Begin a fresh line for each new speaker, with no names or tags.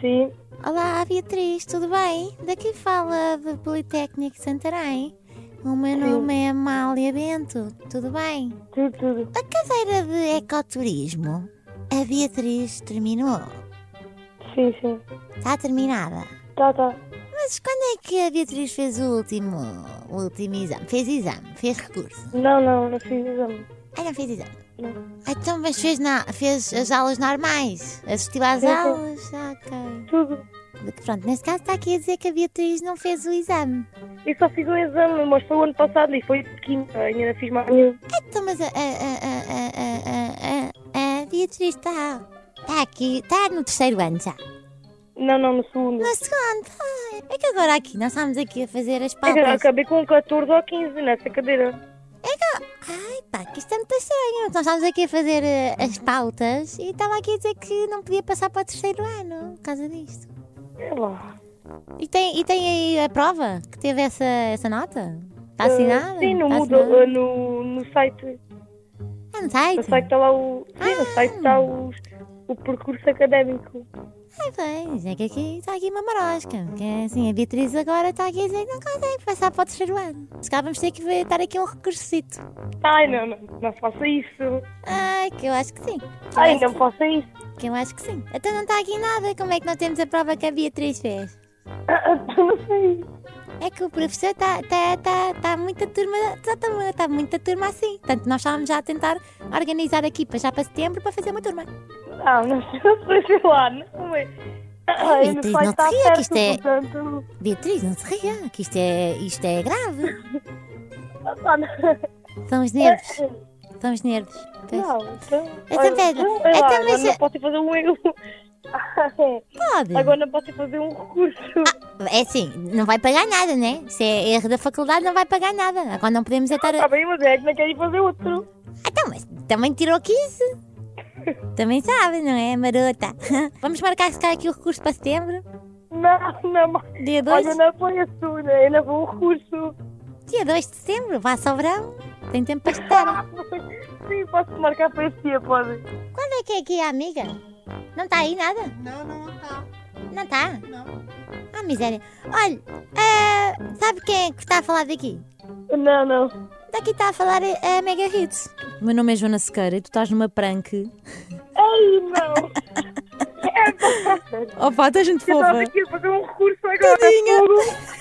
Sim,
Olá, Beatriz, tudo bem? Daqui fala de Politécnico de Santarém. O meu nome é Amália Bento, tudo bem?
tudo, tudo.
A cadeira de ecoturismo, a Beatriz terminou.
Sim, sim.
Está terminada.
Tá, tá.
Mas quando é que a Beatriz fez o último, o último exame? Fez exame, fez recurso.
Não, não, não fiz exame.
Ah, não fez exame.
Não.
Ah, Então, mas fez, na, fez as aulas normais? Assistiu às
Sim, sim.
aulas? Ah, ok.
Tudo.
Pronto, neste caso está aqui a dizer que a Beatriz não fez o exame.
Eu só fiz um exame, mas foi o ano passado e foi de quinta. Ainda não fiz mais nenhum.
Então, mas a, a, é, a, a, a, a, a, a é, Beatriz está está aqui, está no terceiro ano já.
Não, não, no segundo.
Na segunda. ai, É que agora aqui, nós estamos aqui a fazer as
É que eu
palmas.
acabei com 14 ou 15 nessa cadeira.
Ai pá, que isto é muito estranho. Nós estávamos aqui a fazer eh, as pautas e estava aqui a dizer que não podia passar para o terceiro ano por causa disto.
É lá.
E tem, e tem aí a prova que teve essa, essa nota? Está assinada?
Ah, Sim, no
Está
Moodle,
assinada?
ah, no, no site.
Ah, no
eh, No
site?
site está lá o. Sim, no
Ah.
site está os- o percurso académico.
Ai bem, é que aqui está aqui uma marosca. Que é assim, a Beatriz agora está aqui a dizer que não consegue passar para o terceiro ano. Se calhar vamos ter que ver- dar aqui um recursito.
Ai, não, não, não faça isso.
Ai, que eu acho que sim. Que eu
Ai,
acho
não faça isso.
que- que eu acho que sim. Então não está aqui nada. Como é que não temos a prova que a Beatriz fez?
Ah, ah, não sei.
É que o professor está tá, tá, tá muita turma, está tá, tá muita turma assim. Portanto, nós estávamos já a tentar organizar aqui para já para setembro para fazer uma turma.
Ah, não sei, sei lá, não é.
Ai,
Ai, tá no
Beatriz,
site
não
está
te ria que
aberto,
isto é-
portanto.
Beatriz, não se ria, que isto é, isto é grave.
Ah, não.
São os nervos, são os nervos. Pois.
Não, então.
Então,
olha,
pera,
então, é lá,
então,
Agora
mas
não
é-
posso ir fazer um erro.
Pode.
Agora não posso ir fazer um recurso.
É assim, não vai pagar nada, né? Se é erro da faculdade, não vai pagar nada. Agora não podemos é estar.
Está
a-
bem, mas é que não quero ir fazer outro.
Então, mas também tirou 15. Também sabe, não é, marota? Vamos marcar se calhar aqui o recurso para setembro,
Não, não,
dia 2.
olha, não foi isso, né? Eu não vou ao recurso.
Dia 2 de setembro, vá ao verão. Tem tempo para estudar.
Sim, posso marcar para esse dia, pode.
Quando é que é aqui a amiga? Não está aí nada?
Não, não tá.
Não está?
Não.
Ah, miséria. Olha, ah, sabe quem é que está a falar daqui?
Não, não.
Daqui está a falar a a Mega Hits.
O meu nome é Joana Sequeira e tu estás numa prank.
Ei, não. É, pá.
Oh pá, estás muito
Eu estava
fofa.
aqui a fazer um recurso agora. Tadinha.